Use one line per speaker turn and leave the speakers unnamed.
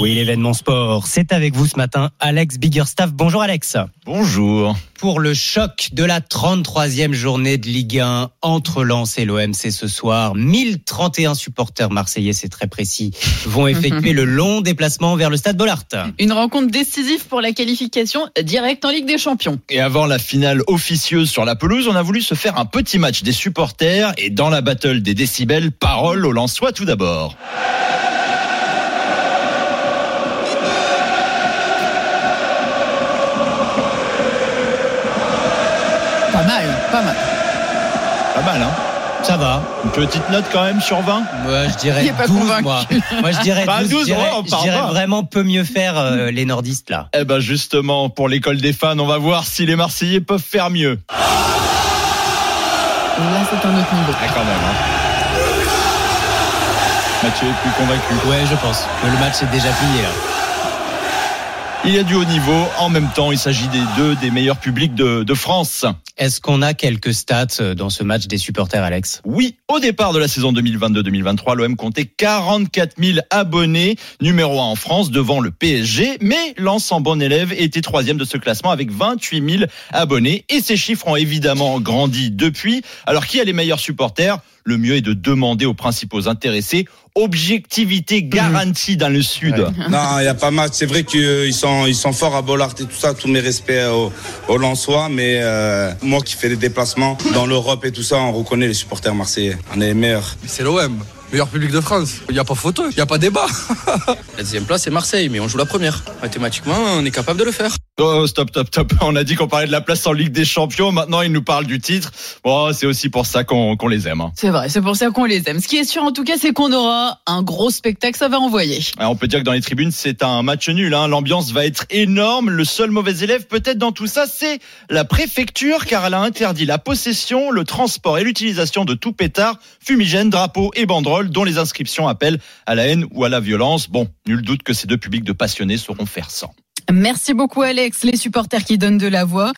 Oui, l'événement sport, c'est avec vous ce matin, Alex Biggerstaff. Bonjour Alex.
Bonjour.
Pour le choc de la 33e journée de Ligue 1 entre Lens et l'OMC ce soir, 1031 supporters marseillais, c'est très précis, vont effectuer le long déplacement vers le stade Bollard.
Une rencontre décisive pour la qualification directe en Ligue des Champions.
Et avant la finale officieuse sur la pelouse, on a voulu se faire un petit match des supporters et dans la battle des décibels, parole aux Lensois tout d'abord.
Pas mal, pas mal.
Pas mal, hein
Ça va.
Une petite note quand même sur 20
Moi, je dirais
Il est pas
12,
convaincu.
moi. Moi, je dirais
Bah,
12,
12,
je dirais,
on
je
part
dirais
pas.
vraiment peut mieux faire euh, les nordistes là.
Eh ben justement, pour l'école des fans, on va voir si les Marseillais peuvent faire mieux.
Là, c'est un autre niveau.
Ah, quand même, hein. Mathieu est plus convaincu.
Ouais, je pense que le match est déjà fini là.
Il y a du haut niveau. En même temps, il s'agit des deux des meilleurs publics de, de France.
Est-ce qu'on a quelques stats euh, dans ce match des supporters, Alex
Oui, au départ de la saison 2022-2023, l'OM comptait 44 000 abonnés, numéro 1 en France devant le PSG, mais Lens en bon élève était troisième de ce classement avec 28 000 abonnés. Et ces chiffres ont évidemment grandi depuis. Alors qui a les meilleurs supporters Le mieux est de demander aux principaux intéressés. Objectivité garantie dans le Sud.
Non, il n'y a pas match. C'est vrai qu'ils sont, ils sont forts à Bollard et tout ça. Tous mes respects aux, aux Lensois. Mais euh, moi qui fais des déplacements dans l'Europe et tout ça, on reconnaît les supporters marseillais. On est les meilleurs.
Mais c'est l'OM, meilleur public de France. Il n'y a pas photo, il n'y a pas débat. la deuxième place, c'est Marseille, mais on joue la première. Mathématiquement, on est capable de le faire.
Oh, stop, stop, stop. On a dit qu'on parlait de la place en Ligue des Champions. Maintenant, ils nous parlent du titre. Bon, c'est aussi pour ça qu'on qu'on les aime. hein.
C'est vrai, c'est pour ça qu'on les aime. Ce qui est sûr en tout cas, c'est qu'on aura un gros spectacle, ça va envoyer.
Alors, on peut dire que dans les tribunes, c'est un match nul. hein. L'ambiance va être énorme. Le seul mauvais élève, peut-être dans tout ça, c'est la préfecture, car elle a interdit la possession, le transport et l'utilisation de tout pétard, fumigène, drapeau et banderole, dont les inscriptions appellent à la haine ou à la violence. Bon, nul doute que ces deux publics de passionnés sauront faire sans.
Merci beaucoup Alex, les supporters qui donnent de la voix.